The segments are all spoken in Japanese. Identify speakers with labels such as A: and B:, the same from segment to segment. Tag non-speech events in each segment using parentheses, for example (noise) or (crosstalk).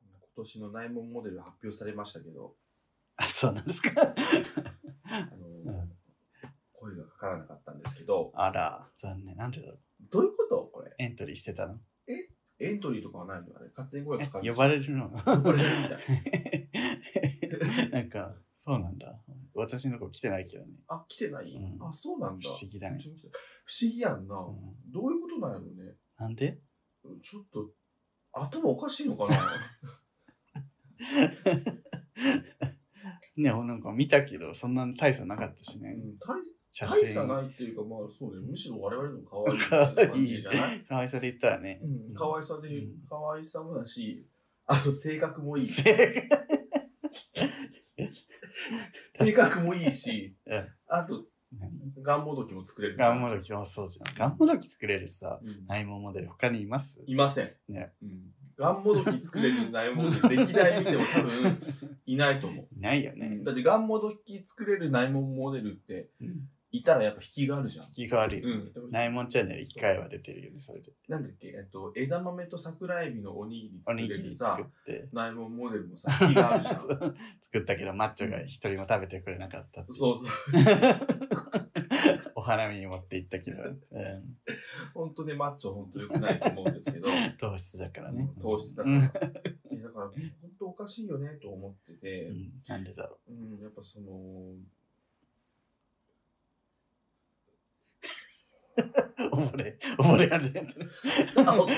A: 今年の内門モデル発表されましたけど、
B: あ、そうなんですか。 (laughs)
A: あ
B: う
A: の
B: ん
A: 声がかからなかったんですけど、
B: あら、残念。なんでだろう。
A: どういうことこれ。
B: エントリーしてたの
A: エントリーとかはないのあれ勝手に声が
B: え
A: かかる。
B: 呼ばれるの
A: 呼ばれるみた
B: (laughs)
A: い。
B: なんか、そうなんだ。私のとこ来てないけどね。
A: あ、来てない、
B: うん
A: あ、そうなん
B: 不
A: だ。
B: 思議だね。
A: 不思議やんな。
B: うん
A: どういうことなんやろうね。
B: なんで
A: ちょっと、頭おかしいのか
B: (laughs)
A: な
B: ね、なんか見たけど、そんな大差なかったし
A: う
B: ね。
A: ん大
B: 写
A: 大
B: 真。
A: 差
B: か
A: ないっていうか、まあそうね、むしろ我々の方が可愛いみたいな感じじゃない
B: わいさで言ったらね。
A: うん可愛さで言う
B: うん、
A: 可愛さもだし、あの性格もいい。
B: (laughs)
A: 性
B: 性格
A: (laughs) 格もいいし
B: うん、
A: あと、
B: 何
A: ガンモドキも作れるし。
B: (laughs) ガンモドキ、あそうじゃん。ガンモドキ作れるさ、
A: うん
B: 内門モデル、他にいます
A: いません。
B: ね
A: うんガンモドキ作れる内モデル、歴代見ても多分いないと思う。
B: い (laughs) ないよ (laughs) ね。
A: だってガンモドキ作れる内門モデルって
B: うん。
A: いたらやっぱ引きがあるじゃん。
B: 気が悪い。
A: うん。
B: 内門チャンネル1回は出てるよね、それで。
A: なんだっけ、えっと、枝豆と桜エビのおにぎり
B: お
A: 作
B: に
A: れ
B: ぎ
A: る
B: り作
A: さ
B: っ、て。
A: 内門モデルもさ、引きがあるじゃん。
B: (laughs) そ
A: そう
B: う作ったけど、マッチョが一人も食べてくれなかったっていう
A: そう。
B: (laughs) お花見に持って行ったけど、うん、
A: 本当ね、マッチョ本当良くないと思うんですけど、
B: 糖質だからね。
A: 糖質だか
B: う
A: ら。
B: ん
A: えだから、本当おかしいよねと思ってて
B: う、んなんでだろ
A: うん、やっぱその、
B: う。溺れ、溺れ始めてる。 (laughs)
A: あおあ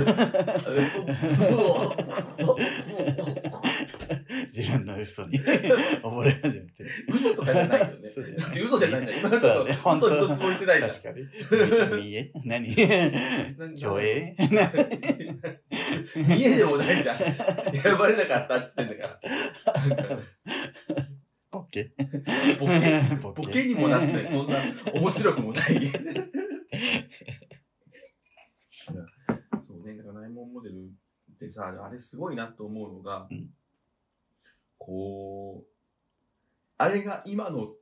B: うぶ自分の嘘に溺れ始めてる。
A: 嘘とかじゃないよね。
B: (laughs) そうだよ
A: だ (laughs) って嘘じゃないじゃん。今
B: そう
A: ちょ
B: だ
A: っと
B: ね本当
A: 嘘一つも言ってないじゃん
B: 確。かに。見見え
A: (laughs)
B: 何虚栄
A: 見えでもないじゃん。呼ばれなかったっつってんだから。
B: ボケ
A: ボケ
B: ボ
A: ボケにもなって、 (laughs) そんな面白くもない。いやそうね、だから内門モデルってさ、あれすごいなと思うのが、
B: うん
A: こう、あれが今の、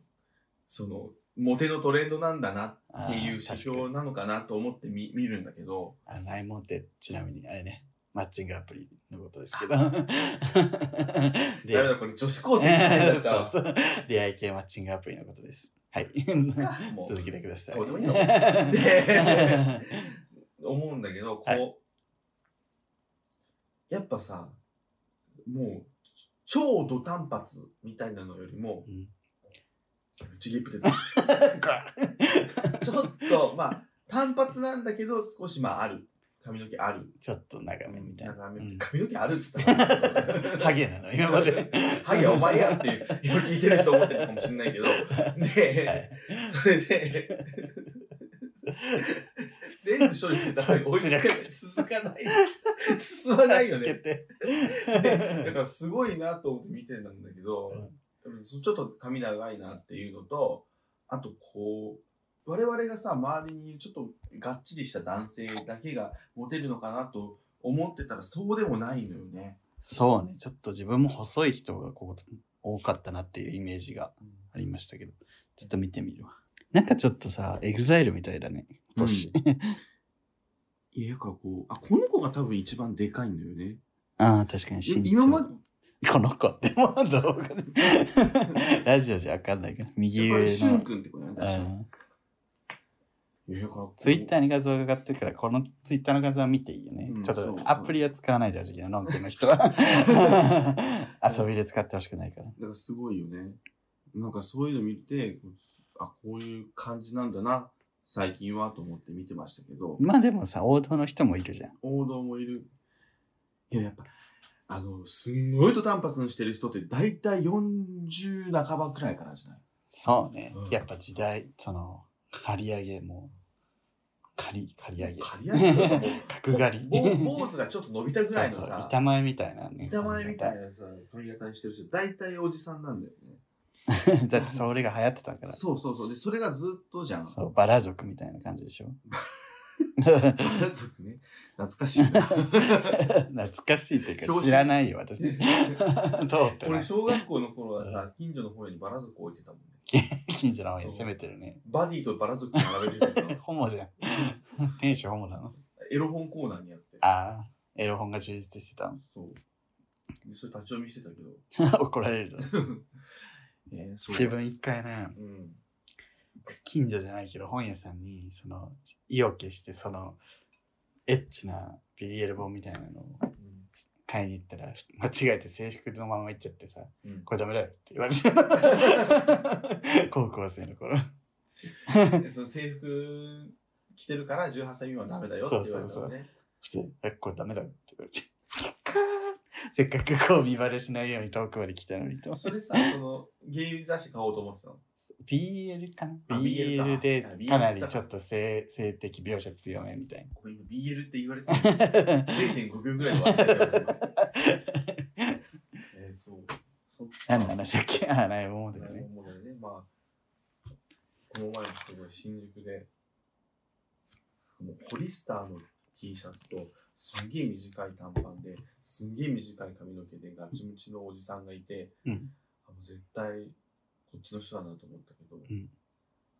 A: その、モテのトレンドなんだなっていう指標なのかなと思ってみ見るんだけど、
B: (laughs) あの、ライモンってちなみにあれね、マッチングアプリのことです
A: (laughs)
B: けど。で
A: だめだ、これ女子高生みたいだ (laughs)
B: そう
A: さ、
B: そう。出会い系マッチングアプリのことです。はい。
A: もう
B: 続けてください。
A: どうでもいいの (laughs) 思うんだけど、こう、
B: はい
A: やっぱさ、もう、超ド短髪みたいなのよりも、
B: うん
A: ちぎってた。ちょっと、まあ、単髪なんだけど、少しまあ、ある。髪の毛ある。
B: ちょっと長めみたいな。
A: 長め
B: うん
A: 髪の毛あるっつったら
B: ハゲなの、今まで。
A: ハゲお前やっていう、今聞いてる人思ってるかもしれないけど、で、
B: (laughs) はい。
A: それで、全部処理してたら追いつかない。続かない。進まないよ
B: 助
A: ね
B: け。て
A: でだからすごいなと思って見てたんだけど
B: うん、
A: うんちょっと髪長いなっていうのと、あとこう、我々がさ、周りにいるちょっとがっちりした男性だけがモテるのかなと思ってたらそうでもないのよね。
B: (laughs) そうね、ちょっと自分も細い人がこう多かったなっていうイメージがありましたけど、ちょっと見てみるわ。なんかちょっとさ、エグザイルみたいだね、今年。 (laughs)
A: いや、だからこう、あ、この子が多分一番でかいんだよね。
B: ああ、確かに身長。
A: 今まで、
B: この子ってもう動画で (laughs) ラジオじゃ分かんないけど、右
A: これ、
B: 上
A: しゅん
B: の。
A: くんってことだね、
B: う
A: 確かに。
B: ん、ツ
A: ツ
B: イッターに画像が上がってるから、このツイッターの画像は見ていいよね。
A: うん
B: ちょっ
A: そう
B: と
A: そう
B: アプリは使わないでほしいけど、のんけの人は。
A: (laughs)
B: 遊びで使ってほしくないから。
A: だからすごいよね。なんかそういうの見て、あ、こういう感じなんだな、最近はと思って見てましたけど、
B: まあでもさ、王道の人もいるじゃん。
A: 王道もいる。いや、やっぱ、あの、すんごいと短髪にしてる人って大体40半ばくらいからじゃない
B: そうね。
A: うん
B: やっぱ時代、その、刈り上げも、刈り、刈り上げ。
A: 刈り上げとかもう
B: (laughs) 角刈り。
A: ぼ坊主がちょっと伸びた
B: (laughs)
A: ぐ
B: そ
A: ら
B: う
A: いの
B: そう、
A: さ、
B: 板前みたいなね。
A: 板前みたいなさ、髪型にしてる人、大体おじさんなんだよね。
B: (laughs) だってそれが流行ってたから。
A: そうそうそう。で、それがずっとじゃん。
B: そう、バラ族みたいな感じ
A: (laughs)
B: でしょ。
A: 家族ね。懐かしい
B: (laughs)
A: な。
B: 懐かしいというか知らない
A: (laughs)
B: よ、私。通ってな
A: 俺、
B: い。
A: 小学校の頃はさ、近所の方にバラ族置いてたもんね。
B: 近所の方に攻めてるね。
A: バディとバラ族
B: (laughs)
A: 並べてたやつの
B: ホモじゃん。天使ホモなの
A: エロ本コーナーにあって。
B: ああ、エロ本が充実してたの (laughs)
A: そう。でそれ立ち読みしてたけど。
B: 怒られるの。
A: えー、そう
B: 自分一回ね、
A: うん。
B: 近所じゃないけど本屋さんにその意を決してそのエッチな BL 本みたいなのを
A: うん
B: 買いに行ったら間違えて制服のまま行っちゃってさ
A: うん
B: 「これダメだよ」って言わ
A: (laughs)
B: れて高校生の頃
A: でその制服着てるから18歳未満はダメだよって言われたのね。
B: 普通にえ「これダメだよ」って言われて (laughs) カーンせっかくこう見バレしないように遠くまで来たのにと
A: それさ、そのゲイ雑誌買おうと思ってたの。
B: BL かな
A: あ BL か
B: BL で
A: あ BL
B: かなりちょっと性性的描写強めみたい
A: (laughs)
B: な
A: これ今 BL って言われてる0.5秒ぐらいで忘れてる。
B: (laughs)
A: えー、そう。そっ
B: 何の話だっけ (laughs) ああ、ないもんだよね。
A: ものでね、まあ、この前もすごい新宿で、もうホリスターの T シャツと、すんげえ短い短パンで、すんげえ短い髪の毛でガチムチのおじさんがいて、
B: うん
A: あもう絶対こっちの人だなと思ったけど、
B: ん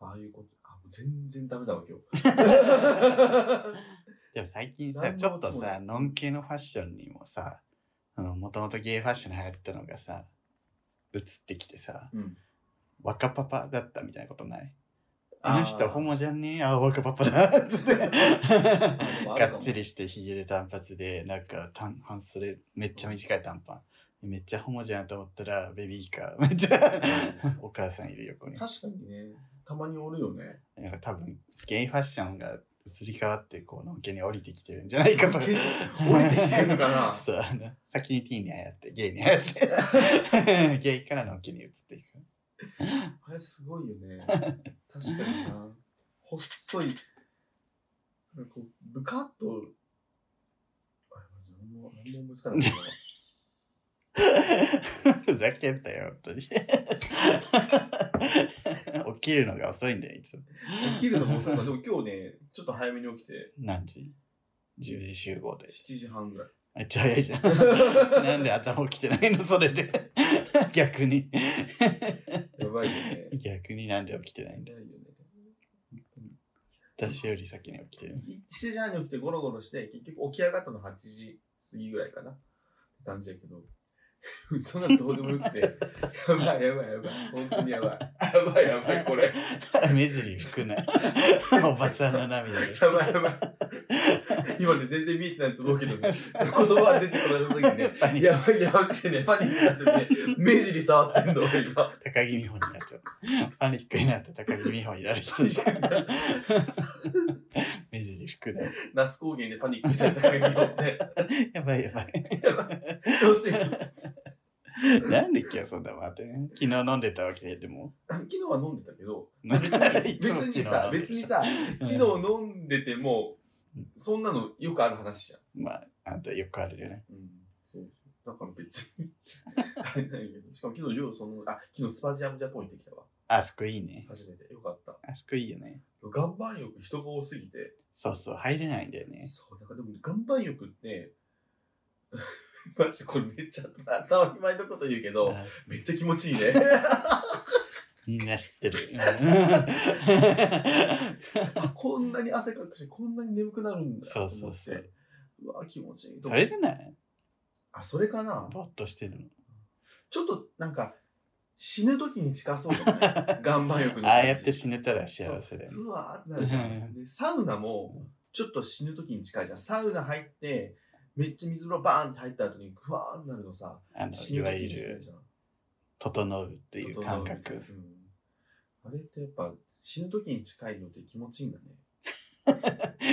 A: ああいうこと、あもう全然ダメだわ、今日。
B: でも最近
A: 何
B: さ、
A: も
B: ちょっと
A: そうだ
B: さ、
A: よ
B: ノン系のファッションにもさ、あの、もともとゲイファッションに流行ったのがさ、移ってきてさ、
A: うん、
B: 若パパだったみたいなことないあの
A: あ
B: 人
A: ー
B: ホモじゃんねあ、若パパだっ
A: (laughs)
B: つって。
A: もあるかも
B: がっちりしてひげで短髪で、なんか短半袖、めっちゃ短い短パン。めっちゃホモじゃんと思ったら、ベビーカー。めっちゃ、 (laughs) お母さんいる横に。
A: 確かにね、たまにおるよ
B: (laughs)
A: ね。
B: なんか多分ゲイファッションが移り変わってこうのんけに降りてきてるんじゃないか
A: (laughs)
B: と。
A: 降りてきてるのかな
B: (laughs) そうあの先にティーンに流行ってゲイに流行って (laughs) ゲイからのんけに移っていく。 (laughs)
A: あれすごいよね。 (laughs) 確かにな。細い。なんかこう、ブカッと。あれ、なんも、なんも思いつかないな。
B: ふざけんなよ本当に。 (laughs) 起きるのが遅いんだよいつも。
A: 起きるのも遅いから、でも今日ね、ちょっと早めに起きて、
B: 何時 ?10 時集合で。
A: 7時半ぐらい。
B: めっちゃ早
A: (laughs)
B: いじゃん。なんで頭起きてないのそれで。 (laughs) 逆に。
A: やばいよね。
B: 逆になんで起きてないんだ
A: やばいよね。
B: 私より先に起きてる。
A: 7時半に起きてゴロゴロして、結局起き上がったの8時過ぎぐらいかな。って感じやけど。 (laughs) そんなのどうでもよくて。やばいやばいやばい。本当にやばい。やばいやばい、これ。
B: (laughs) 目尻拭くな。 (laughs) おばさんの涙で。
A: やばいやばい。 (laughs) 今ね、全然見えてないと思うけど (laughs) ね。言葉が出てこなさすぎて
B: (laughs) パニ
A: ね。
B: ッ
A: (laughs) やば
B: ク
A: いやばくてね、パニックになってね、目尻触ってんの、俺今。
B: 高木美穂になっちゃう。パニックになって高木美穂になる人じゃん。 (laughs) 目尻拭くな。
A: 那須高原でパニックになったから、って。
B: やばいやばい。
A: やばい。どうしよう。
B: なんで今日そんな待ってね。昨日飲んでたわけでも。
A: 昨日は飲んでたけど、(laughs)
B: 別 (laughs)
A: 別にさ、別に。さ、昨日飲んでても
B: うん、
A: そんなのよくある話じゃん。
B: まあ、あんたよくあるよね。
A: うん、そうそう。だから別に。あれないけど。しかも昨日、量その、あ、昨日スパジアムジャポン行ってきたわ。
B: あそこいいね。
A: 初めて。よかった。
B: あそこいいよね。
A: 岩盤浴人が多すぎて、
B: そうそう、入れないんだよね。
A: そうだからでも岩盤浴って (laughs) マジこれめっちゃ当たり前のこと言うけど
B: あ
A: めっちゃ気持ちいいね
B: みんな
A: (laughs)
B: 知ってる。
A: あ (laughs) こんなに汗かくしこんなに眠くなるんだ
B: そうそうそう
A: と思ってうわ気持ちいいと
B: そ
A: 思っ
B: れ
A: て
B: じゃない
A: あそれかな
B: ぼーっとしてるの。
A: ちょっとなんか死ぬ時に近そうだね
B: (laughs)
A: 岩盤浴の感じ
B: ああやって死ねたら幸せだよね。
A: ふわーってなるじゃんでサウナもちょっと死ぬ時に近いじゃんサウナ入ってめっちゃ水風呂バーンって入った後にふわーってなるのさ
B: あの、
A: 死
B: い
A: ぬ
B: わ
A: 時
B: ゆ
A: に近い
B: る、
A: じゃん
B: 整うっていう感
A: うん
B: 覚。
A: あれってやっぱ死ぬ時に近いのって気持ちいいんだね。 (laughs)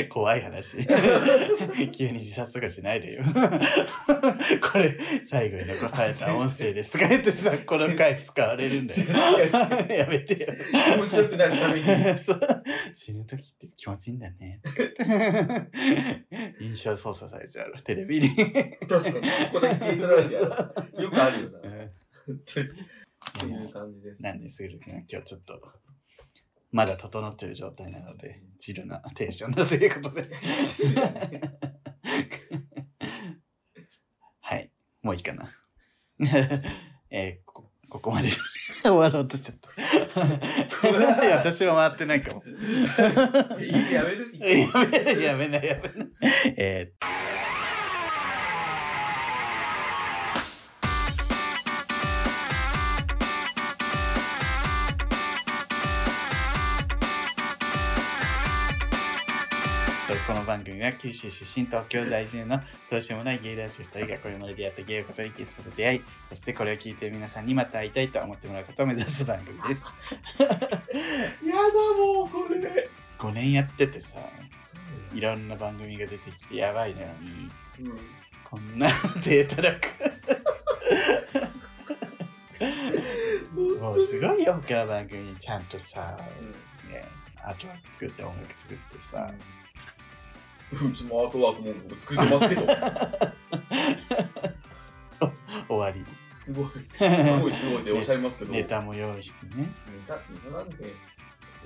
B: 怖い話。急に自殺とかしないでよ。 (laughs) これ、最後に残された音声ですがって
A: (laughs)
B: さ、この回使われるんだよ。やめてよ。
A: 気持ちよくなるために。
B: (laughs) そう死ぬ時って気持ちいいんだ
A: (laughs)
B: ね。印象操作されちゃうのテレビに。
A: 確かに。ここだけ聞いとられてやるよくあるよな。
B: うん
A: ってい
B: いやも
A: う
B: う
A: 感じです。
B: なんでするね、今日ちょっと、まだ整ってる状態なので、チルなテンションだということで。 (laughs) はい、もういいかな。 (laughs) えーこ、ここまで終わろうとしちゃ (laughs) った。いや私は回ってないかも。 (laughs)
A: いいやめる
B: やめない、やめない、やめない。えー番組は九州出身、東京在住のどうしようもない芸男子2人がこれまで出会った芸を語りゲストと出会い、そしてこれを聞いている皆さんにまた会いたいと思ってもらうことを目指す番組です。
A: やだもうこれ
B: 5年やっててさ、
A: そ
B: いろんな番組が出てきてやばいのに、
A: ううん
B: こんなデータ楽。もうすごいよ、他の番組にちゃんとさ、ね、アートワーク作って音楽作ってさ、
A: うんうちもアートワークも僕作ってますけど
B: 終わり。
A: すごいすごいすごいっておっしゃいますけど
B: ネタも用意してね。 (laughs)
A: ネタネタなんて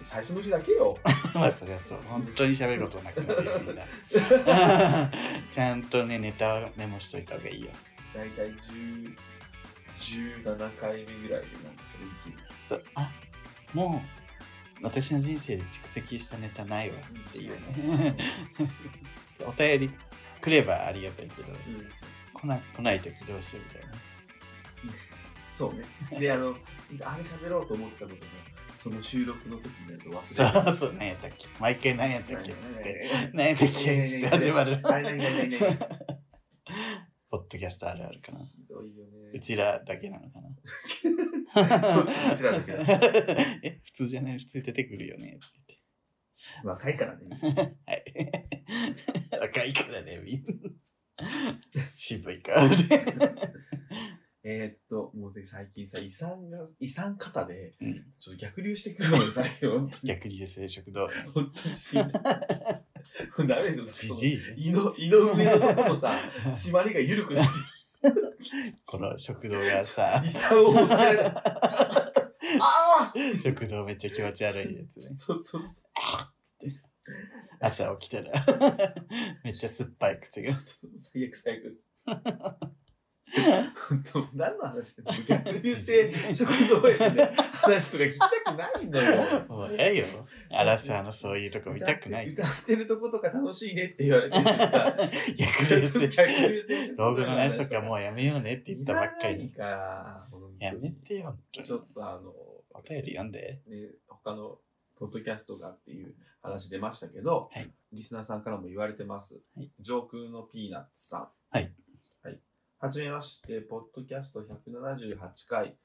A: 最初のうちだけよ
B: まあそりゃそう。本当に喋ることなくなるよ、みんな。 (laughs) ちゃんとね、ネタはメモしといた方がいいよ。
A: 大体10 17回目ぐらいでなんかそれに気づく
B: そう。あもう、私の人生で蓄積したネタないわっていうね。お便りくればありがたいけど、
A: うん
B: 来ない来ないときどうしようみたいな。
A: そうね。 (laughs) で、あの、いざあれ喋ろうと思ったことも、その収録の時になると忘れる。
B: そうそう、何やったっけ毎回何やったっけっつって、何やったっけっつって始ま (laughs) る。
A: あれ、何、何、何、何。ひ
B: ポッドキャストあるあるかな。
A: どいよね。
B: うちらだけなのか (laughs) な。
A: そうそううちらだけだ
B: (laughs) え、普通じゃない普通出てくるよねって
A: 若いからね。
B: 言って。はい。若いからね、みんな。渋い顔 (laughs) で。
A: えーっと、もうぜ最近さ、遺産が、遺産方で
B: うん、
A: ちょっと逆流してくるのよ、最近。本当に
B: 逆流性食道。
A: 本当に死 (laughs) んだ。ダメですよ。
B: じじいじゃん。
A: 胃の、胃の上のところのさ、締まりが緩くなって、
B: この食道が (laughs) さ
A: 遺、産を抑
B: (laughs)
A: える。ああ
B: 食道めっちゃ気持ち悪いやつね。
A: そうそうそう。
B: 朝起きたら、めっちゃ酸っぱい口が。
A: そうそう最悪最悪
B: (laughs)
A: です。本当何の話でも逆流性食道炎で話とか聞きたくないんだよ。
B: もうやよ。アラサーのそういうとこ見た
A: (laughs)
B: くない。
A: 歌って歌ってるとことか楽しいねって言われてるのにさ
B: 逆流性。
A: 逆流性食道
B: 老
A: 炎
B: 後の話とかも
A: う
B: うやめようねって言ったばっかりに。
A: か本当に
B: やめてよ、本当
A: ちょ
B: に
A: っ。とあの、
B: お便り読
A: (laughs)
B: んで。
A: ね、他のポッドキャストがっていう話出ましたけど、
B: はい
A: リスナーさんからも言われてます、
B: はい
A: 上空のピーナッツさん
B: はい、
A: はい、はじめましてポッドキャスト178回、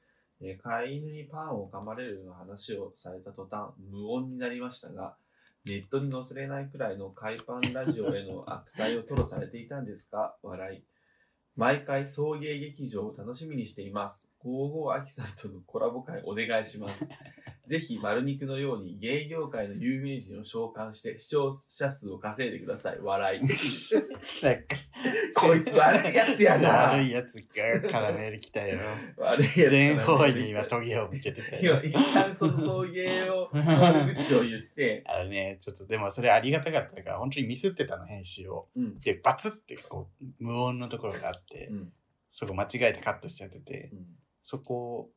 A: えー飼い犬にパンを噛まれるの話をされた途端無音になりましたがネットに載せれないくらいの海パンラジオへの悪態を吐露されていたんですか笑い毎回送迎劇場を楽しみにしています。55秋さんとのコラボ会お願いし (laughs) ます。ぜひ丸肉のように芸業界の有名人を召喚して視聴者数を稼いでください。 (laughs) 笑い。
B: なんか
A: こいつ悪いやつやな。
B: 悪いやつがからメール来たよ。
A: 悪いやつだな
B: 全方位に今トゲを向けてたよ
A: 今。一旦その送迎を、悪口を言って、
B: あのね、ちょっとでもそれありがたかったから、本当にミスってたの、編集を。
A: うん。
B: で、バツってこう無音のところがあって、
A: うん。
B: そこ間違えてカットしちゃってて、
A: うん
B: そこを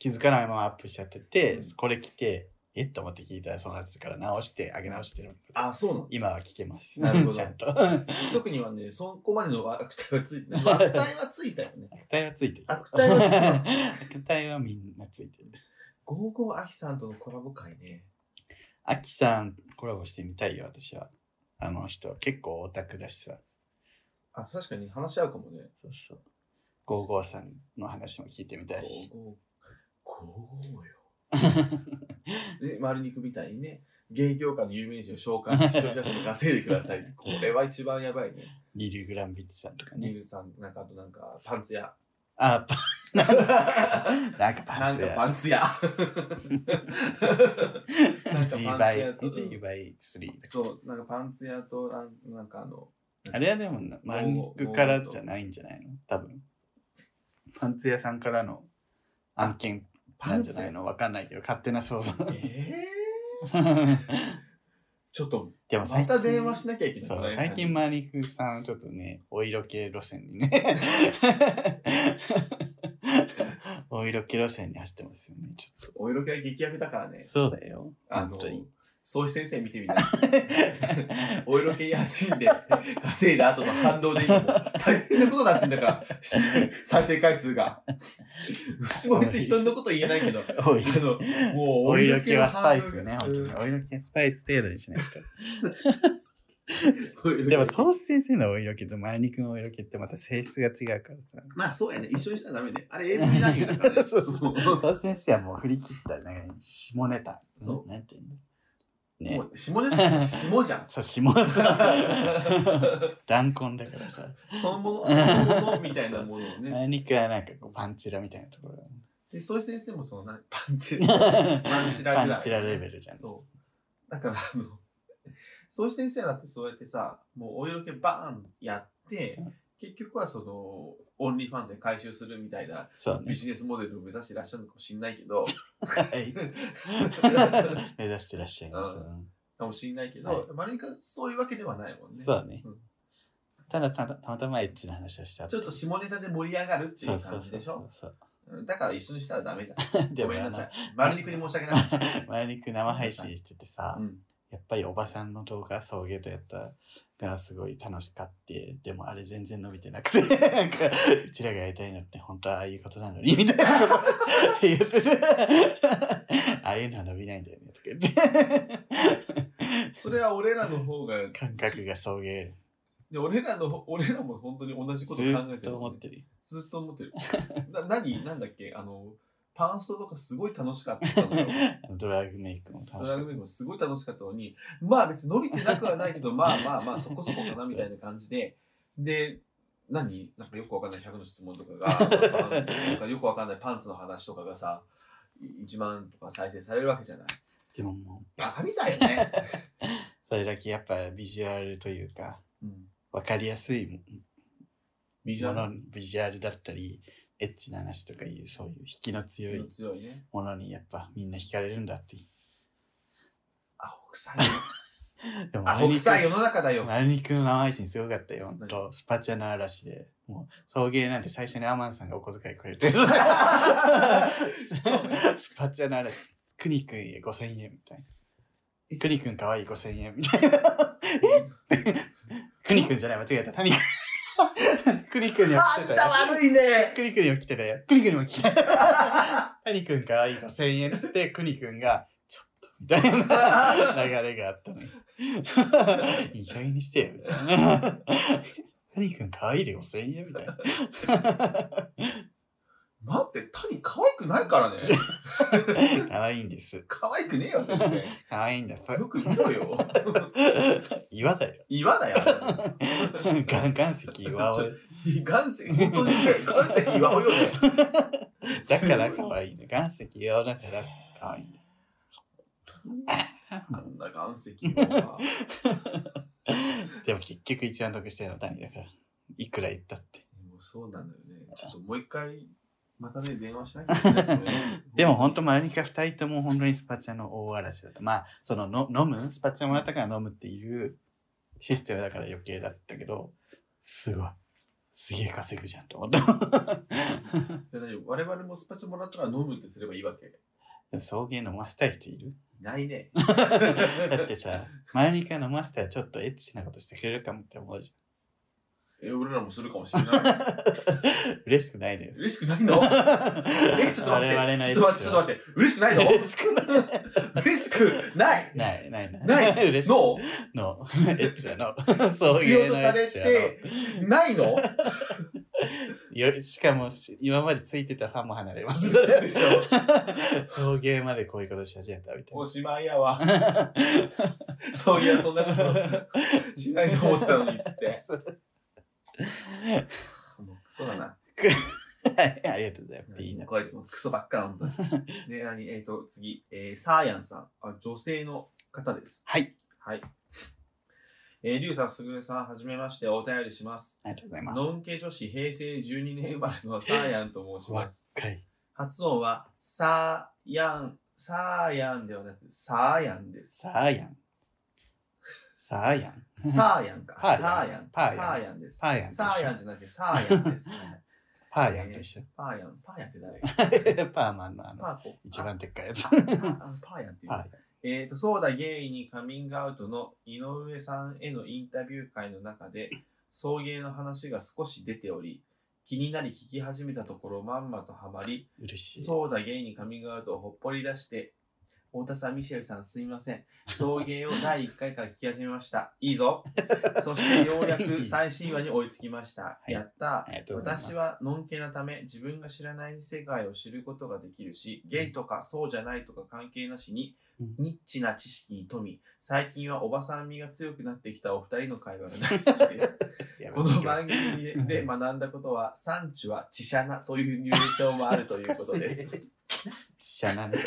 B: 気づかないままアップしちゃってて、
A: うん
B: これ来て、えっと思って聞いたらそうなってたから直して、上げ直してる。
A: あ、そうなの
B: 今は聞けます。
A: なるほど
B: (laughs) ちゃんと。
A: 特にはね、そこまでの悪態はつい
B: (laughs)
A: てない。悪態はついたよね。
B: 悪態はついてる。
A: 悪態はついて (laughs) ます。
B: 悪態はみんなついてる。
A: ゴーゴーアキさんとのコラボ会ね。
B: アキさんコラボしてみたいよ、私は。あの人、結構オタクだしさ。
A: あ、確かに話し合うかもね。
B: そうそう。ゴーゴーさんの話も聞いてみたいし。
A: ゴーゴー。ゴーゴーよ。で、丸肉みたいにね、芸業界の有名人を召喚して視聴者数稼いでください。これは一番やばいね。
B: リル・グランビッツさんとか
A: ニ
B: ね。
A: ルさん、なんかあとなんか、パンツ
B: (laughs)
A: 屋。
B: あ、パン、なんかなんかパ
A: な
B: ン
A: ん
B: ツ
A: か
B: や。
A: パンツ屋。な
B: (laughs)
A: んか
B: G
A: パンツ
B: 倍
A: 屋と、
B: G 倍3。
A: そう、なんかパンツ屋と、なんなんかあの、
B: あれはでもな、マルニックからじゃないんじゃないの多分。パンツ屋さんからの案件なんじゃないのわかんないけど、勝手な想像。 (laughs)
A: ええちょっと、
B: でも
A: ま
B: 最近。
A: た電話しなきゃいけない
B: そ
A: のね、
B: う、最近マリクさん、ちょっとね、お色気路線にね。
A: (laughs)
B: お色気路線に走ってますよね、ちょっ
A: お色気は激悪だからね
B: と。。そうだよ。
A: あの
B: 本
A: (laughs)
B: 当に。
A: 総司先生見てみない。お色気休んで (laughs) 稼いだ後の反動で今もう大変なことになってんだから、 (laughs) 再生回数
B: (laughs)
A: が。うちも別に人のこと言えないけど、あ
B: おい
A: の、もう
B: お色気はスパイスよ
A: よ (laughs)
B: ね、本当に。お色気はスパイス程度にしないと。でも、ソース先生のお色気と前肉のお色気ってまた性質が違うからさ。
A: まあそうやね。一緒にしたらダメで。あれ AV 男優だからね。
B: (laughs) そうそうソース先生はもう振り切った、ね、下ネタ。
A: そ
B: なんて言うんだ。
A: も
B: ね。
A: う下じゃん。下じゃん。
B: (laughs) そう、下はさ、
A: (laughs)
B: 弾痕だからさ。
A: そのもの、そのものみたいなものを
B: (laughs)
A: ね。
B: 前肉はなんかこうパンチラみたいなところが
A: で、そういう先生もその
B: (laughs)
A: なパンチラ、
B: パ
A: ンチラぐらい
B: レベルじゃん。
A: そう。だから、あの、そういう先生だってそうやってさ、もうお色気バーンやって
B: うん、
A: 結局はその、オンリーファンズで回収するみたいな
B: そう
A: ビ (laughs)
B: ね。
A: ジネスモデルを目指してらっしゃるのかもしんないけ
B: (laughs)
A: ど、 (laughs)
B: はい。目指してらっしゃいます。
A: うかもしんないけ
B: はい
A: ど、丸いかそういうわけではないもんね。
B: そうね
A: ん。
B: ただただたまたまエッチな話をした
A: ちょっと下ネタで盛り上がるってい
B: そう
A: う
B: そう
A: 感じ
B: そう
A: でし
B: そ
A: ょ
B: うそう
A: うんだから一緒にしたらダメ (laughs) だ。
B: で
A: ご
B: も
A: めんなさい
B: あ。
A: 丸肉に申し訳ない。
B: の (laughs) 前肉生配信しててさ、
A: うん
B: やっぱりおばさんの動画送迎とやったがすごい楽しかってでもあれ全然伸びてなくて (laughs) なんかうちらがやりたいのって本当はああいうことなのにみたいなこと言って
A: (laughs)
B: てああいうのは伸びないんだよねとか言って
A: それは俺らの方が、
B: 感覚が送迎
A: で俺らの、俺らも本当に同
B: ず
A: じこと考えてるもんね、
B: ーっと思ってる
A: ずっと思ってる。な何なんだっけあの、パンストとかすごい楽しかったのよ。
B: あのドラッグメイクも
A: ド
B: 楽し
A: ラ
B: か
A: グビ
B: っ
A: ーもすごい楽しかったのに、まあ別に伸びてなくはないけ
B: (laughs)
A: ど、まあまあまあそこそこかなみたいな感じで、で、何なんかよくわかんない100の質問とかが、なんかよくわかんないパンツの話とかがさ、1万とか再生されるわけじゃない。
B: たでももう
A: バカみたいよね。
B: それだけやっぱビジュアルというか
A: うん。
B: 分かりやすいも
A: ビジュアル
B: のビジュアルだったりエッチな話とかいうそういう引きの強い
A: 強いね。
B: ものにやっぱみんな惹かれるんだって
A: アホ臭いよ。
B: でも
A: ア
B: 丸
A: ホ
B: 肉
A: 臭い世の中だよ。
B: 丸肉の生配信すごかったよ。ほんと
A: 何
B: スパチャの嵐で。もう、送迎なんて最初にアマンさんがお小遣いく
A: (laughs)
B: れてる。
A: そうね
B: スパチャの嵐。くにくんへ5000円みたい
A: え
B: な。くにくんかわいい5000円みたいな。くにくんじゃない、間違えた。
A: (laughs)
B: 谷くん。くにくんには
A: あ
B: 来
A: ん
B: て
A: た
B: たよ。
A: 悪いね。
B: くにくんには来てたよ。くにくんにも来てたよ。谷くんかわいい5000円っつって、くにくんが、ちょっと、みたいな流れがあったのよ。いい加減にしてよ、みたいな。谷くんかわいいで5000円みたいな。
A: 待って、谷可愛くないからね。
B: 可愛いんです。
A: 可愛くねえよ、全然。
B: 可愛いんだ。
A: よく見ろよ。
B: 岩だよ。
A: 岩だよ。
B: 岩岩石岩を。
A: 岩石、本当にね岩石岩をよね。
B: (laughs) だから可愛いの。岩石岩だから可愛いの。
A: あんな岩石は。
B: でも結局一番得してるのは谷だから。いくら言ったって。
A: もうそうなのよね。ちょっともう一回、またね、電話しなきゃいけないと思うよ。
B: (laughs) でも本当周りか二人とも本当にスパチャの大嵐だった。まあ、そのの飲むスパチャもらったから飲むっていうシステムだから余計だったけど、すごい。すげえ稼ぐじゃんと思った。 (laughs)
A: じゃあ大丈夫我々もスパチャもらったら飲むってすればいいわけ。
B: でも送迎飲ませたい人いる (laughs)
A: ないね。
B: だってさ、周りから飲ませたらちょっとエッチなことしてくれるかもって思うじ
A: え、俺らもするかもしれない。 (laughs)
B: ゃん。 (laughs) 嬉しくないのよ。
A: 嬉しくない
B: (laughs)
A: のえ、ちょっと待
B: 我々
A: っ
B: の
A: て。ち
B: エッ
A: ょっ
B: チ
A: と待
B: は
A: って、ちょっと待って。嬉しくないの
B: 嬉しくない。
A: 嬉しくない
B: ない、ない、ない。
A: ない
B: (laughs) 嬉しく
A: の
B: の。 (laughs) エッチはの。送
A: 必要
B: 迎
A: と
B: のエ
A: さ
B: ッ
A: れ
B: チはの。
A: てないの
B: よしかもし今までついてたファンも離れます。
A: 嘘でしょ
B: (laughs) 送迎までこういうことし始めたみたい
A: おしまいやわ。
B: な。
A: (laughs) そういや、そんなことしないと思ってたのに、つ (laughs) って。もうクソだな。
B: (laughs) はい、ありがとうございます。ピーナ
A: こい
B: ッ
A: つ
B: ツ。
A: もクソばっか (laughs) なんだ。ね、何えっ、と、次、えー、サーヤンさんあ。女性の方です。
B: はい。
A: はい。えー、リュウさん、すぐるさん、はじめまして、お便りします。
B: ありがとうございます。
A: ノンケ女子、平成12年生まれのサーヤンと申し (laughs) ます。
B: はい。
A: 発音は、サーヤン、サーヤンではなく、サーヤン (laughs) です。
B: サーヤン。サーヤン。
A: サーヤンか。
B: パーヤン
A: サーヤン。
B: パーヤン
A: サーヤンです。
B: パーヤンと一緒
A: サーヤンじゃなくて、サーヤン (laughs) です。はい
B: パーヤンと一緒。
A: パーヤン、パーヤンって
B: (laughs)
A: 誰
B: パーマンのあ
A: パ (laughs)
B: の、
A: ーコ。
B: 一番でっかいやつ。
A: あ。
B: パ
A: ああパーヤンっていう
B: ーヤ。ン。
A: えーと、そうだゲイにカミングアウトの井上さんへのインタビュー会の中で、送迎の話が少し出ており、気になり聞き始めたところまんまとハマり、
B: 嬉しい。
A: そうだゲイにカミングアウトをほっぽり出して、太田さん、ミシェルさん、すみません。送迎を第1回から聞き始めました。いい
B: (laughs)
A: ぞ。そしてようやく最新話に追いつきました。
B: い
A: やった
B: あ。りがとうございます。
A: 私はのんけなため自分が知らない世界を知ることができるしゲイとかそうじゃないとか関係なしに
B: うん
A: ニッチな知識に富み最近はおばさん味が強くなってきたお二人の会話が大好きです
B: (laughs) やば
A: こ
B: い、
A: の番組で
B: うん (laughs)
A: で学んだことは産地は地舎なという入賞もあるということです
B: (laughs)
A: (laughs)
B: しゃなね。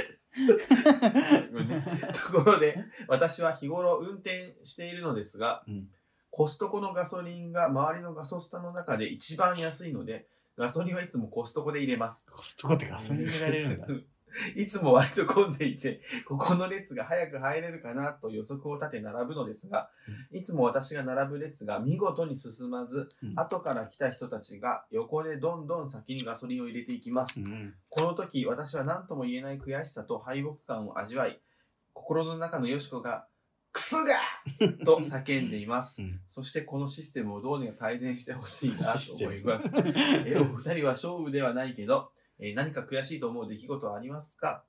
A: ごめん (laughs) ねところで私は日頃運転しているのですが
B: うん
A: コストコのガソリンが周りのガソスタの中で一番安いのでガソリンはいつもコストコで入れます
B: コストコってガソリン入れられるんだ。
A: (laughs) いつも割と混んでいて、ここの列が早く入れるかなと予測を立て並ぶのですが、いつも私が並ぶ列が見事に進まず、
B: うん
A: 後から来た人たちが横でどんどん先にガソリンを入れていきます。
B: うん。
A: この時、私は何とも言えない悔しさと敗北感を味わい、心の中のよしこが、クスがー
B: (laughs)
A: と叫んでいます。
B: うん
A: そしてこのシステムをどうにか改善してほしいな
B: シス
A: と
B: テ
A: 思
B: ム
A: います。えお (laughs) 二人は勝負ではないけど、えー何か悔しいと思う出来事はありますか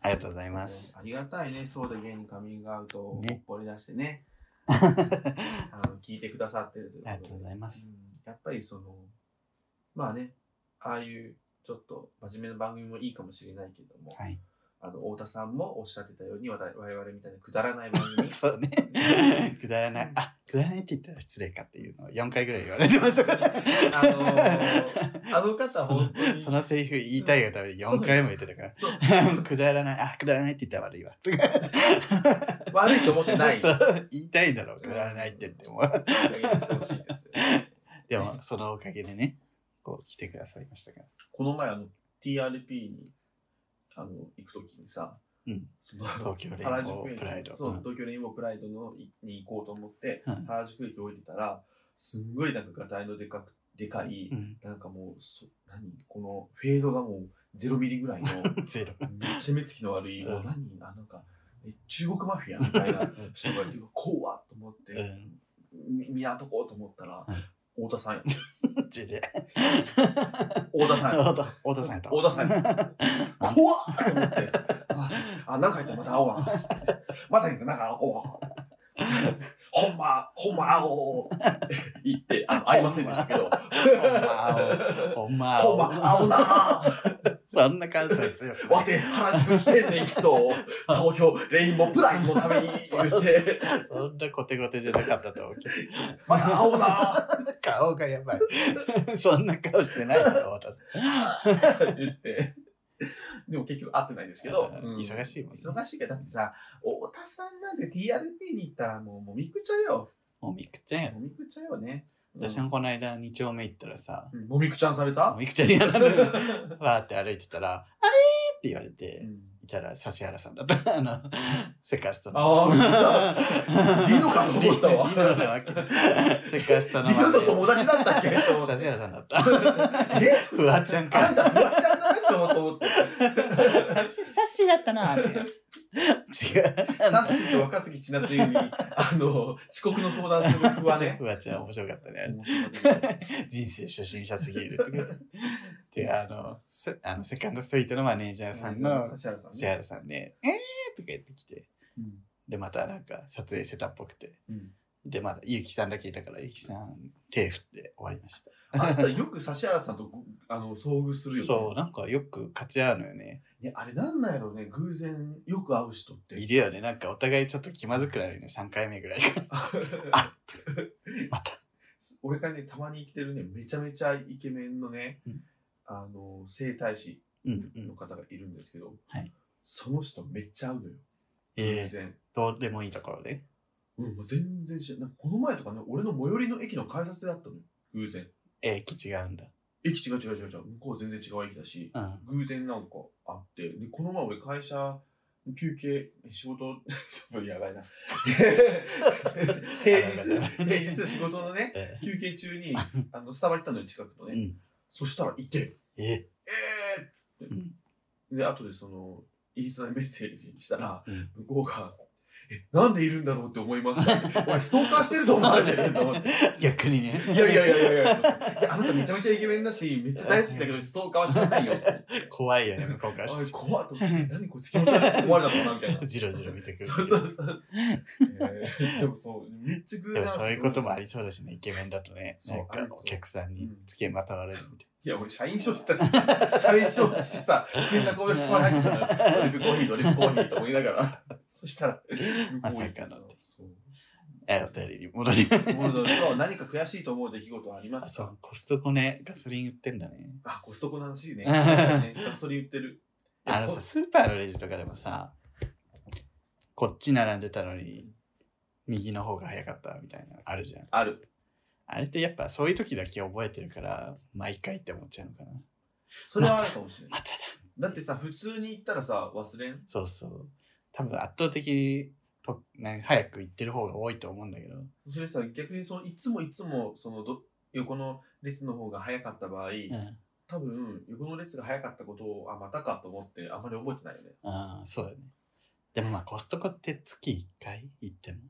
B: ありがとうござい (laughs) ます。
A: ありがたいね、そうで芸にカミングアウトを
B: ね
A: 掘り出してね、あの聞いてくださってるという
B: ありがとうございます
A: うんやっぱりその、まあね、ああいうちょっと真面目な番組もいいかもしれないけども、
B: はい。
A: あの太田さんもおっしゃってたように、わた我々みたいなくだらない番組。
B: (laughs) そうね。 (laughs) くだらない。あ、くだらないって言ったら失礼かっていうのを4回ぐらい言われてましたから。
A: あのーあの方、
B: (laughs) その
A: 本当に。
B: そのセリフ言いたいがために4回も言ってたから。
A: そう
B: (laughs) くだらない。あ、くだらないって言ったら悪いわ。とか。
A: (laughs) 悪いと思ってない。
B: そう言いたいんだろう。くだらないってっ
A: (laughs)
B: て思う。
A: 加減にしてほしいです
B: でも、そのおかげでね、こう来てくださいましたから。
A: この前あの TRP にあの行くときにさ、
B: うん
A: その
B: 東京レイン
A: 原
B: ボ
A: 宿
B: ー
A: 駅
B: プライド。
A: そううん東京レインボープライドのいに行こうと思って、
B: うん
A: 原宿駅降りてたらすんごいなんかガタイのでかくでかい、
B: うん
A: なんかもうそ何このフェードがもう0ミリぐらい
B: (laughs)
A: の
B: ゼロ。
A: めっちゃ目つきの悪い、
B: うん
A: もう何あなんかえ中国マフィアみたいな人がいて怖っと思って、
B: うん
A: み見やっとこうと思ったら、
B: うん
A: 太田さんや
B: じゃじゃ。
A: 太田さんや
B: 太田太田さんやった。
A: 太田さん
B: (laughs)
A: やった怖っと思って。あ (laughs) あ、なんか言ったらまた会おうな。また言ったらなんか会おう。ほんま、ほんま会おう。言って、あの、会いませんでしたけど。
B: ほんま
A: ほんま、会おうな。
B: そんな関西強くな
A: わ
B: い。
A: て、原宿来てんねんけど、東京レインボープライドのために言って、
B: そんなコテコテじゃなかったと思うけど。
A: また会おうな。
B: 顔がやばい。 (laughs) そんな顔してないだろ、太田さ
A: 言って。でも結局会ってないんですけど、
B: うん忙しいもんね
A: 忙しいけど、だってさ、太田さんなんて TRP に行ったらもう、もうみくちゃよ。
B: ん。もみくちゃんやろ。
A: もみくちゃんよね。
B: 私もこの間、二丁目行ったらさ、
A: うんもみくちゃんされた
B: もみくちゃんに
A: (laughs)
B: やられる。わーって歩いてたら、あれーって言われ
A: う
B: て、
A: ん
B: いたら指原さんだった。 (laughs) あの、セカストの。
A: あ
B: (laughs)
A: ーうっさリノかと思ったわ
B: リノなわけ。セカストの。
A: リノと友達だったっけと思って
B: 指原さんだった。
A: え
B: フワちゃんか。
A: あんた、フワちゃんの人と思って。
B: (laughs) サッシサッシだったな。違う。
A: さっしと若槻千夏に、あの、遅刻の相談する不安ね
B: フ。ワちゃん面白かったね。
A: 面白い
B: 人生初心者すぎるってこと。で、あの、せあのセカンドストリートのマネージャーさんの
A: 指原さん
B: シ
A: ね
B: 原さんで、えーとか言ってきて、
A: うん
B: で、またなんか撮影してたっぽくて。
A: うん
B: で、また、ゆうきさんだけいたから、ゆうきさん、手振って終わりました。
A: あんたよく指原さんとごあの遭遇するよね。
B: そう、なんかよく勝ち合うのよね。
A: いやあれなんなんやろうね、偶然よく会う人って。(laughs)
B: いるよね。なんかお互いちょっと気まずくなるよね。3回目ぐらいから。あまた。
A: 俺がね、たまに生きてるね、めちゃめちゃイケメンのね
B: うん、
A: あの、整体師
B: うんう
A: の
B: ん。
A: 方がいるんですけど、
B: はい
A: その人めっちゃ合うのよ。
B: ええ
A: 偶然。
B: どうでもいいところで。
A: うん、もう全然知らない。この前とかね、俺の最寄りの駅の改札でだったのよ。偶然。
B: えー、違うんだ。
A: 駅違う違う違う違う。向こう全然違う駅だし、
B: うん。
A: 偶然なんかあって、で、この前俺会社、休憩、仕事、ちょっとやばい
B: (laughs)
A: な。平日、平日仕事のね、
B: え
A: 休憩中に、あの、スタバ行ったのよ、近くの
B: ー
A: ね。そしたらいて、
B: うん。え
A: えーって。で、後でその、インスタでメッセージしたら、
B: ー、うん
A: 向こうが、えなんでいるんだろうって思いましたって。俺、ストーカーしてると思われてるんだと思って。
B: (laughs) 逆にね。
A: いやいやいやいやいや。いやあなためちゃめちゃイケメンだし、めっちゃ大好きだけど、ストーカーはしませんよ。
B: 怖いよね、向こうから
A: おい
B: し
A: 怖っと思って、何こいつ気持ち悪いって思われたのかなみたいな
B: て。。 (laughs) じろじろ見てくる。
A: そうそうそう。えーでもそう、めっちゃ偶
B: で
A: 然。
B: もそういうこともありそうだしね、イケメンだとね、
A: そう
B: なん
A: あ
B: か
A: りそう
B: お客さんに付けまたわれるみたい
A: いや、俺、社員証してたし、社員証してさ、洗濯をしてもらえたから、ドリップコーヒー、ドリップコーヒーと思いながら、そしたら、
B: まさかの
A: そう。
B: な。え、お便りに戻ります。
A: モルドー何か悔しいと思う出来事はありま
B: (laughs) あ
A: す
B: そ
A: か
B: う、コストコね、ガソリン売ってんだね。
A: あコストコの話
B: (laughs)
A: ね。ガソリン売ってる。
B: あのさ、スーパーのレジとかでもさ、こっち並んでたのに、右の方が早かったみたいなのあるじゃん。
A: ある。
B: あれってやっぱそういう時だけ覚えてるから、毎回って思っちゃうのかな。
A: それはあるかもしれない。
B: まただ
A: だってさ、普通に行ったらさ、忘れん。
B: そうそう。多分圧倒的にとなんか早く行ってる方が多いと思うんだけど。
A: それさ、逆にそのいつもいつも、そのど横の列の方が早かった場合、
B: うん。
A: 多分、横の列が早かったことを、あ、またかと思って、あんまり覚えてないよね。
B: ああ、そうだね。でもまあコストコって月1回行っても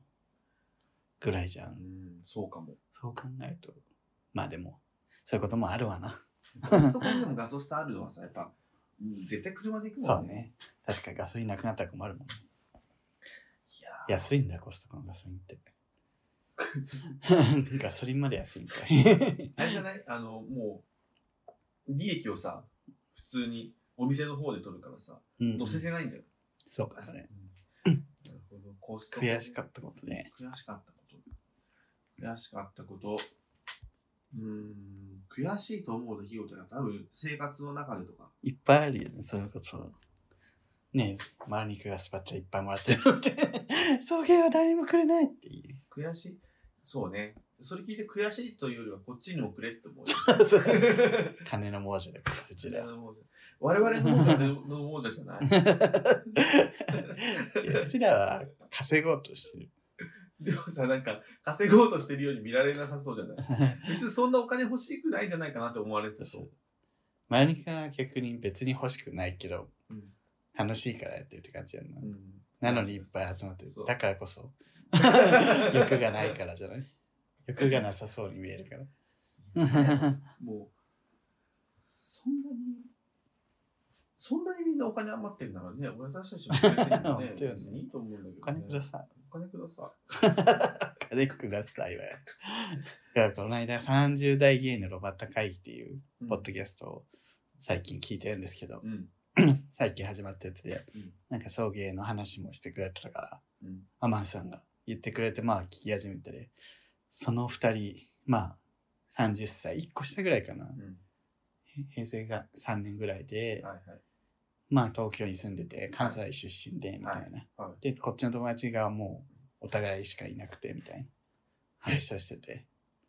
B: ぐらいじゃ。
A: うんん、そうかも。
B: そう考えると。まあでも、そういうこともあるわな。
A: コストコにでもガソスタあるのはさ、やっぱ、うん絶対車で行く
B: そ
A: も
B: うん
A: ね。
B: ね。確かガソリンなくなったら困るもんね。
A: いや
B: 安いんだ、コストコのガソリ
A: (laughs)
B: ンって。ガソリンまで安いんか
A: (laughs)
B: い。
A: あれじゃないあの、もう、利益をさ、普通にお店の方で取るからさ、
B: うん
A: 乗せてないんだよ。
B: そうかもね。
A: なるほど。コストコ
B: 悔しかったことね。
A: 悔しかったこと。悔しかったこと。うーん、悔しいと思う出来事が多分、生活の中でとか。
B: いっぱいあるよね、それこそ。ねえ、マルニクがスパッチャいっぱいもらってるの
A: (laughs)
B: って、送迎は誰にもくれないっていう。
A: 悔しいそうね。それ聞いて悔しいというよりは、こっちにもくれって思うよ。 (laughs)
B: (laughs) 金の亡者だから、うちら。
A: 我々の王者の王者じゃない。
B: (laughs) いやうちらは稼ごうとしてる。
A: (laughs) でもさ、なんか、稼ごうとしてるように見られなさそうじゃない別にそんなお金欲しくないんじゃないかなって思われてそ
B: そうう。マルニクは逆に別に欲しくないけど、
A: うん
B: 楽しいからやってるって感じやんな。
A: うん
B: なのにいっぱい集まってる
A: そう。
B: だから
A: (laughs)
B: こそ、欲がないからじゃない欲がなさそうに見えるから。
A: もう、そんなに、そんなにみんなお金余ってるならね、私たちもくれて
B: (laughs)
A: るのね
B: 本当よね
A: 別にいいと思うんだけど、ね。
B: お金ください。
A: お金くださ
B: 金くださいわよ。いやこの間30代芸のロバッタ会議っていう
A: い。
B: ポッドキャストを最近聞いてるんですけど、
A: うん。
B: 最近始まったやつで、
A: うん
B: なんか送迎の話もしてくれてたから、
A: うん。
B: アマンさんが言ってくれて、まあ聞き始めてで、その2人、まあ30歳、1個下ぐらいかな。
A: うん。
B: へ平成が3年ぐらいで、
A: はいはい。
B: まあ東京に住んでて、関西出身で、みたいな。
A: はい
B: で、こっちの友達がもうお互いしかいなくて、みたいな話をしてて。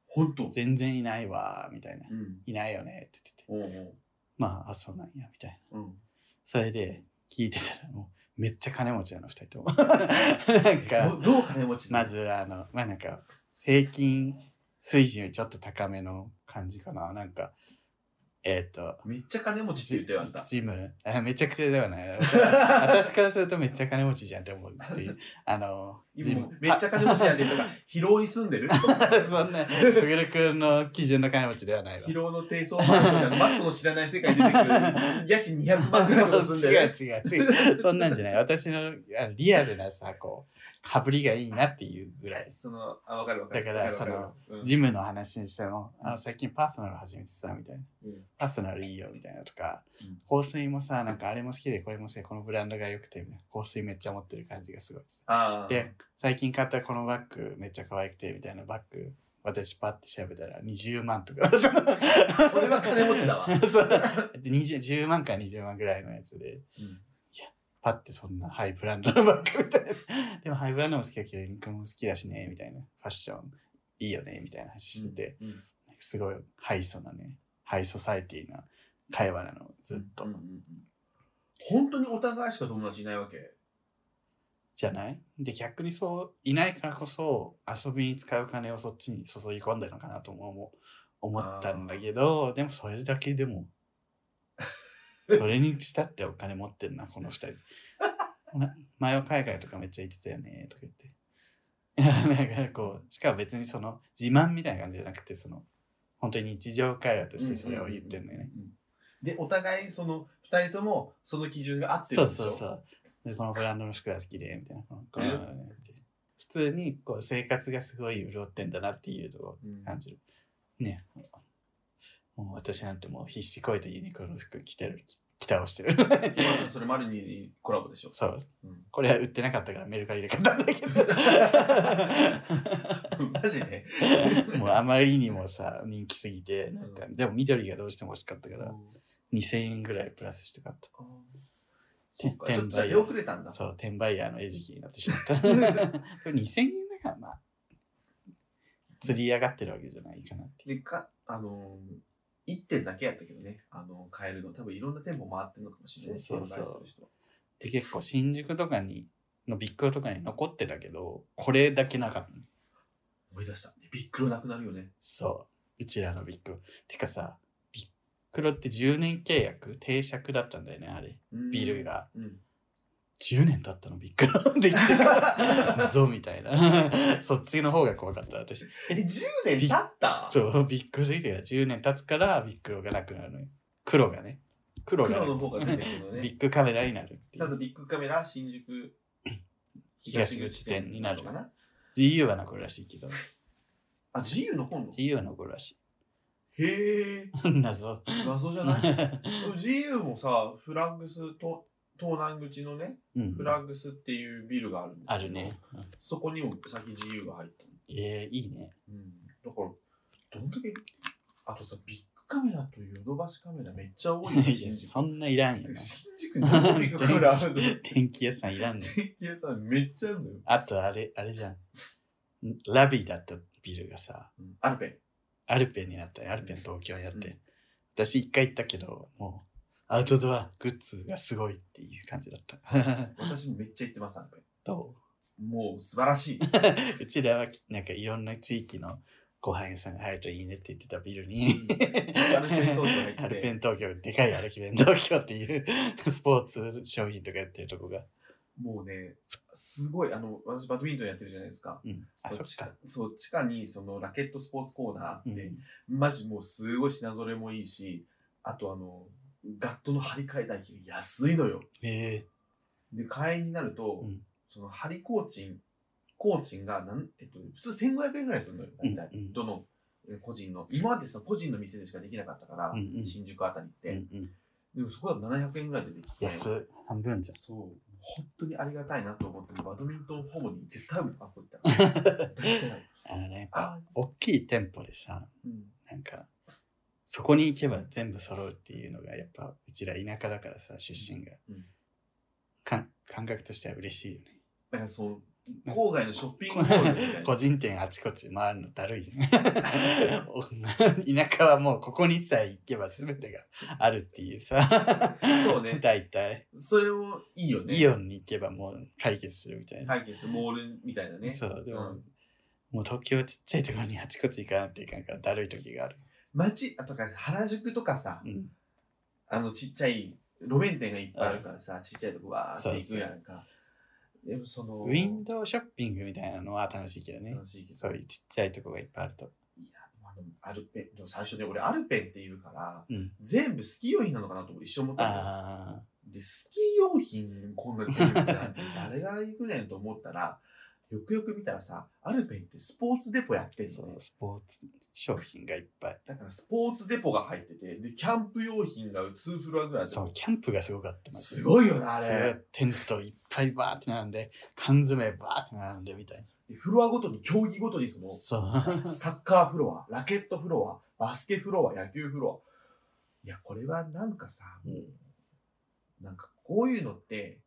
A: 本当
B: 全然いないわーみたいな
A: う。ん。
B: いないよねって言ってて。
A: おう
B: まあ、あ、そうなんや、みたいな。
A: おう。うん。
B: それで、聞いてたら、もう、めっちゃ金持ちなの、二人とも。 (laughs) なんか、
A: どどう金持ちな
B: ま
A: の
B: ず、あの、まあなんか、平均水準よりちょっと高めの感じかな。なんか、えっ、と、
A: めっちゃ金持ちって言ってよあんた。
B: ジム、あめちゃくちゃではない。 (laughs) 私からするとめっちゃ金持ちじゃんって思うっていう。あの、ジ
A: 今
B: ム。
A: めっちゃ金持ちやでとか、疲労に住んでる
B: (laughs) そんな、すぐるくんの基準の金持ちではないわ
A: 疲。労の低層マンションであのマスクの知らない世界に出てくる家賃200万ぐ (laughs) らいのとこ住んで
B: (laughs) 違う
A: る。
B: 違う違う。そんなんじゃない。私のあのリアルなさ、こう、かぶりがいいなっていうぐらい。
A: その、あ、わかるわかる。
B: だから
A: わるわる、
B: ジムの話にしても、あ最近パーソナル始めてさ、みたいな。
A: うんうん
B: パーソナルいいよ、みたいなとか
A: うん。
B: 香水もさ、なんかあれも好きで、これも好きで、このブランドが良くて、みたいな香水めっちゃ持ってる感じがすごいっつって。
A: ああ。
B: で、最近買ったこのバッグめっちゃ可愛くて、みたいなバッグ。私パッて調べたら20万とか。それ
A: それは金持ちだわ。
B: (laughs) そう20 10万か20万ぐらいのやつで、
A: うん
B: いやパッてそんなハイブランドのバッグみたいなでもハイブランドも好きだけどユニクロも好きだしねみたいなファッションいいよねみたいな話してて、
A: うん、
B: なんかすごいハイソなねハイソサイティな会話なのずっと、
A: うんうんうん本当にお互いしか友達いないわけ。
B: じゃないで逆にそういないからこそ遊びに使う金をそっちに注ぎ込んでるのかなとも思う思ったんだけどでもそれだけでもそれにしたってお金持ってるなこの二人な前は海外とかめっちゃ行ってたよねとか言って。いや、 (laughs) なんかこう、しかも別にその自慢みたいな感じじゃなくて、その、本当に日常会話としてそれを言ってるのよね。
A: うんでお互いその2人ともその基準が合ってる
B: そ
A: ん
B: う
A: でしょ
B: そうそう。で、このブランドの服が好きで、みたいな。このこのって普通にこう生活がすごい潤ってんだなっていうのを
A: うん
B: 感じる。ねもう私なんてもう必死こいてユニクロの服着てる、着着倒してる。
A: 木村さんそれマルニーにコラボで
B: (laughs)
A: しょ、
B: そう。
A: うん
B: これは売ってなかったからメルカリで買ったんだけど。
A: マジで
B: もうあまりにもさ、人気すぎて、なんか、でも緑がどうしても欲しかったから、2000円ぐらいプラスして買っ
A: あーそうかち
B: 転売
A: ょっとじゃあ出遅れたんだ
B: た。そう、転売ヤーの餌食になってしま (laughs) った。でも2000円だからな。釣り上がってるわけじゃないかなっていう。
A: でかあのー、1点だけやったけどね、あのー買えるの多分いろんな店舗回ってるのかもしれない
B: そうそうそう
A: 転売する
B: で、結構新宿とかに、のビッグロとかに残ってたけど、これだけなかったの。
A: 人思い出したビックロなくなるよね
B: そう。うちらのビッグロ。てかさ、ビッグロって10年契約、定借だったんだよね、あれ。ビルが。
A: うん
B: 10年経ったのびっく (laughs) りできて (laughs) たぞみたいなそっちの方が怖かった私
A: え10年経った
B: そうびっくりで10年経つからビッグロがなくなるのよ黒がね黒が
A: 黒の方が出てくるのね
B: ビッグカメラになるってい
A: ただ
B: う
A: ビッグカメラ新宿
B: (coughs) 東口店になる
A: かな
B: GU は残るらしいけど
A: あ自由の本の
B: GU は残るらし
A: へえ
B: い (laughs) 謎
A: 謎じゃ
B: (laughs)
A: ないでも GU もさフラッグスと東南口のね
B: うん
A: フラッグスっていうビルがあるんですけど
B: あるね、うん
A: そこにも先 GU が入った
B: えー、いいね
A: うんだから、どんだけ、あとさ、ビッグカメラとヨドバシカメラめっちゃ多いよ、
B: (laughs) い
A: 新
B: や
A: 宿。
B: そんないらんよ
A: (laughs)
B: な
A: 新宿に何でビッグカメラ
B: (laughs)
A: あるの
B: 天気屋さんいらんね
A: 電気屋さんめっちゃあるのよ。
B: あとあれあれじゃんラビーだったビルがさ、
A: うんアルペン。
B: アルペンになったね。アルペン東京になって。
A: うん
B: 私一回行ったけど、もうアウトドアグッズがすごいっていう感じだった。
A: 私もめっちゃ行ってます、アルペ
B: ど
A: ン。もう素晴らしい。
B: ううちらはきなんかいろんな地域のご飯屋さんが入るといいねって言ってたビルに。
A: アルペン東京入って
B: アルペン東京、でかい歩き弁東京って
A: (laughs)
B: いうスポーツ商品とかやってるとこが。
A: もうね、すごい、あの、私バドミントンやってるじゃないですか。
B: うん。あ、そっ
A: 地
B: か
A: 下。そう、地下にそのラケットスポーツコーナーあっ
B: う
A: て、
B: ん、
A: マジもうすごい品揃えもいいし、あとあの、ガットの張り替え代金安いのよ。
B: え
A: で、会員になると、
B: うん
A: その、ハリコーチン、コーチンがなん、えっと、普通1500円ぐらいするのよ、大体。
B: うんうん
A: どの、え個人の。今までさ、個人の店でしかできなかったから、
B: うんうん
A: 新宿あたりっ
B: え
A: て。
B: うんうん。
A: でもそこだと700円ぐらい出てきて。
B: 安い。半
A: (laughs)
B: 分じゃん。
A: そう。本当にありがたいなと思って、バドミントンほぼに絶対無理あ、こういったら。
B: (laughs)
A: 絶対ない
B: あのね、
A: あ、
B: 大きい店舗でさ、
A: うん。
B: なんか、そこに行けば全部揃うっていうのが、やっぱ、うちら田舎だからさ、出身が。
A: うん
B: かん感覚としては嬉しいよね。
A: だからその、郊外のショッピングモールみたいな。
B: 個人店あち (laughs) こち回るのだるいよね。 (laughs) 田舎はもうここにさえ行けば全てがあるっていうさ。
A: そうね
B: 大体、
A: それもいいよね。
B: イオンに行けばもう解決するみたいな。
A: 解決、モールみたいなね。
B: そう、でも、
A: うん
B: もう東京ちっちゃいところにあちこち行かなきゃいかんからだるい時がある。
A: 街、あとか原宿とかさ、
B: うん。
A: あのちっちゃい路面店がいっぱいあるからさ、ちっちゃいとこわーって行
B: そうそ
A: く
B: う
A: やんか。でもその、
B: ウィンドウショッピングみたいなのは楽しいけどね。
A: 楽しいけど
B: そういうちっちゃいとこがいっぱいあると。
A: いや、あのアルペン、でも最初ね、俺アルペンって言うから、
B: うん。
A: 全部スキー用品なのかなと一生思ったのよ
B: ああ。
A: で、スキー用品こんなに全部なんて誰が行くねんと思ったら、よくよく見たらさ、アルペンってスポーツデポやってん
B: そ
A: のね
B: う、。スポーツ商品がいっぱい。
A: だからスポーツデポが入ってて、で、キャンプ用品が2フロアぐらいあって
B: そう、キャンプがすごかった。
A: す
B: い。
A: ごいよな、あ
B: すごい
A: れ。
B: テントいっぱいバーって並んで、缶詰バーって並んでみたい
A: でフロアごとに、競技ごとにその
B: な。、そう。
A: サッカーフロア、ラケットフロア、バスケフロア、野球フロア。いや、これはなんかさ、もう、なんかこういうのって、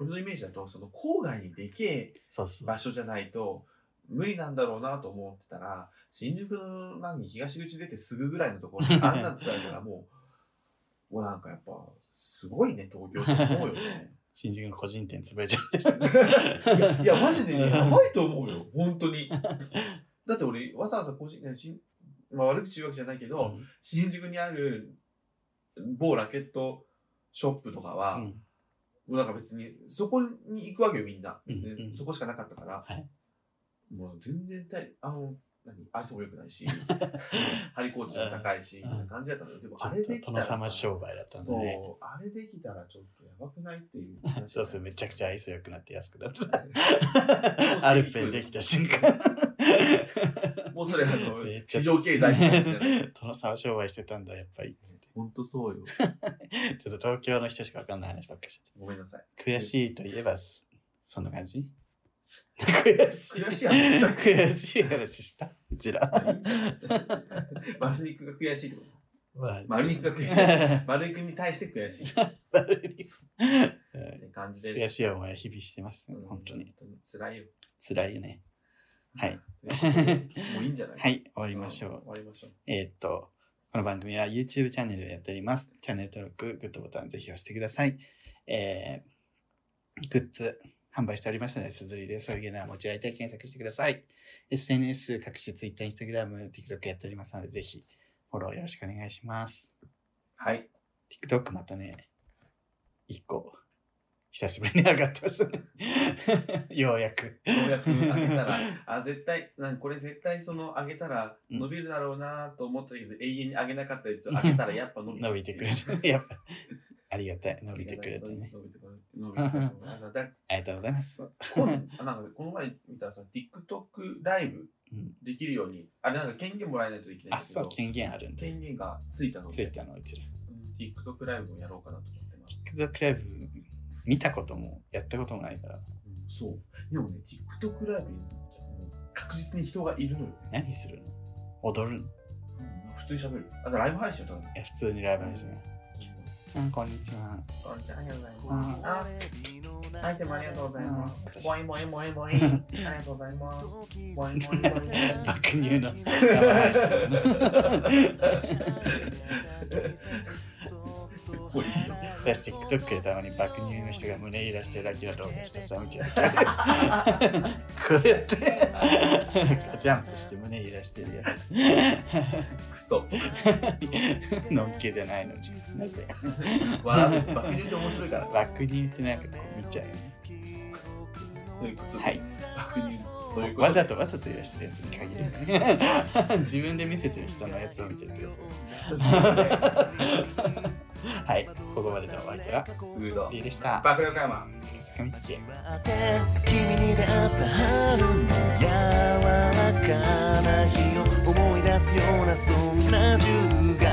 A: 俺のイメージだと、その郊外にでけ
B: そう
A: え
B: そ
A: 場
B: う。
A: 所じゃないと、無理なんだろうなと思ってたら、新宿の何東口出てすぐぐらいのところにあんなん使えたらもう、もうなんかやっぱ、すごいね、東京って思うよね。
B: 新宿の個人店潰れちゃ
A: いや、
B: う。
A: いやマジでねや
B: い。
A: ばいと思う
B: (laughs)
A: よ、本当に。だって俺、わざわざ個人、ねしんまあ、悪口言うわけじゃないけど、
B: うん
A: 新宿にある某ラケットショップとかは、
B: うん
A: もうなんか別に、そこに行くわけよ、みんな。別
B: うんう
A: に、
B: ん
A: そこしかなかったから。
B: はい
A: もう全然たい、あの、何、愛想も良くない
B: (laughs)
A: し、ハリコーチも高いし、み
B: うん
A: たいな感じだったのよ。でも、
B: ちょ
A: あ
B: っ
A: れで
B: と
A: きたら
B: 殿
A: さ、
B: 様商売だったんで
A: そう
B: ね。、
A: あれできたらちょっとやばくないっていう話。
B: (laughs) そうそう、めちゃくちゃ愛想良くなって安くな
A: (laughs)
B: った。
A: ゃ
B: アルペンできた瞬間。
A: もうそれ、あの
B: (laughs) めっ、ちゃ
A: 市場経済って感じじゃ (laughs) ない。
B: (laughs) 殿様商売してたんだ、やっぱり。
A: ほんとそうよ。
B: ちょっと東京の人しか分かんない話ばっかりしちゃ
A: ごめんなさい。 (laughs)
B: った。悔しいといえばす、そんな感じ悔しい。
A: 悔しい話した
B: 悔しい話した。うちら。
A: まあいいんじゃない丸肉が悔しいってこと。
B: まあ
A: 丸肉が悔し
B: (laughs)
A: い。丸肉に対して悔しいっ
B: 悪い
A: て感じです。
B: 悔しい思いは日々してますね
A: う。ん
B: 本当に。。
A: 辛いよ。
B: 辛いよね。はい。
A: もういいんじゃない
B: は
A: 終
B: い、終わりましょう。
A: 終わりましょう。
B: えーっと、この番組は YouTube チャンネルをやっております。チャンネル登録、グッドボタンぜひ押してください。えーグッズ販売しておりますので、すずりでそういうのは持ち合いたい検索してください。SNS 各種 Twitter、Instagram、TikTok やっておりますので、ぜひフォローよろしくお願いします。
A: はい。
B: TikTok またね、1個、久しぶりに上がってましたね。 (laughs) ようやく。
A: ようやく上げ
B: (laughs)
A: たら、あ、絶対、なんこれ絶対その上げたら
B: うん
A: 伸びるだろうなと思ったけど、永遠に上げなかったやつを上げたらやっぱ伸び
B: (laughs) 伸びてくれる。やっぱ、ありがたい。伸びてくれてね。
A: 伸びてくれて。伸びてくれて。
B: (laughs)
A: あのだ
B: ありがとうございます。
A: 今あ (laughs) なんかこの前見たらさ、TikTok ライブ
B: うん
A: できるように、あれなんか権限もらえないといけないん
B: あ、
A: だけ
B: そう、
A: ど、
B: 権限あるんで。
A: 権限がついたの
B: つい
A: で、
B: たの、うちら。
A: うん TikTok ライブをやろうかなと思ってます。
B: TikTok ライブ見たこともやったこともないから、
A: うんそう。でもね、TikTok ライブに確実に人がいるのよね。
B: 何するの踊るのい
A: うん普通に喋る。あとライブ配信だったの。
B: や、普通にライブ配信。うん、こんにちは。
A: ありがとうござい
B: ます
A: あ、はい、でもありがとうございます
B: うん。
A: ボインボインボインボイン。ありがとうござい
B: (laughs)
A: ます。ボインボインボイン。
B: 爆乳の生配信
A: (laughs)
B: だ
A: これいいよ。
B: (laughs) 私、TikTok でたまに爆乳の人が胸揺らしてるだけの動画来てさ、見てる。こうやって、ジャンプして胸揺らしてるや
A: くそ。
B: つ。のんけじゃないの、なぜ
A: 笑って、爆乳って面白いから。
B: 爆乳ってなんかこう見ちゃうよね。
A: ということで
B: はい。
A: 爆乳ということで。
B: わざとわざと揺らしてるやつに限るね (laughs) 自分で見せてる人のやつを見てるけど (laughs) はいここまでのお相手は
A: すぐだ
B: リ。ーでした
A: 爆力山。
B: 坂道家
C: 君に出会った春の柔らかな日を思い出すようなそんな10月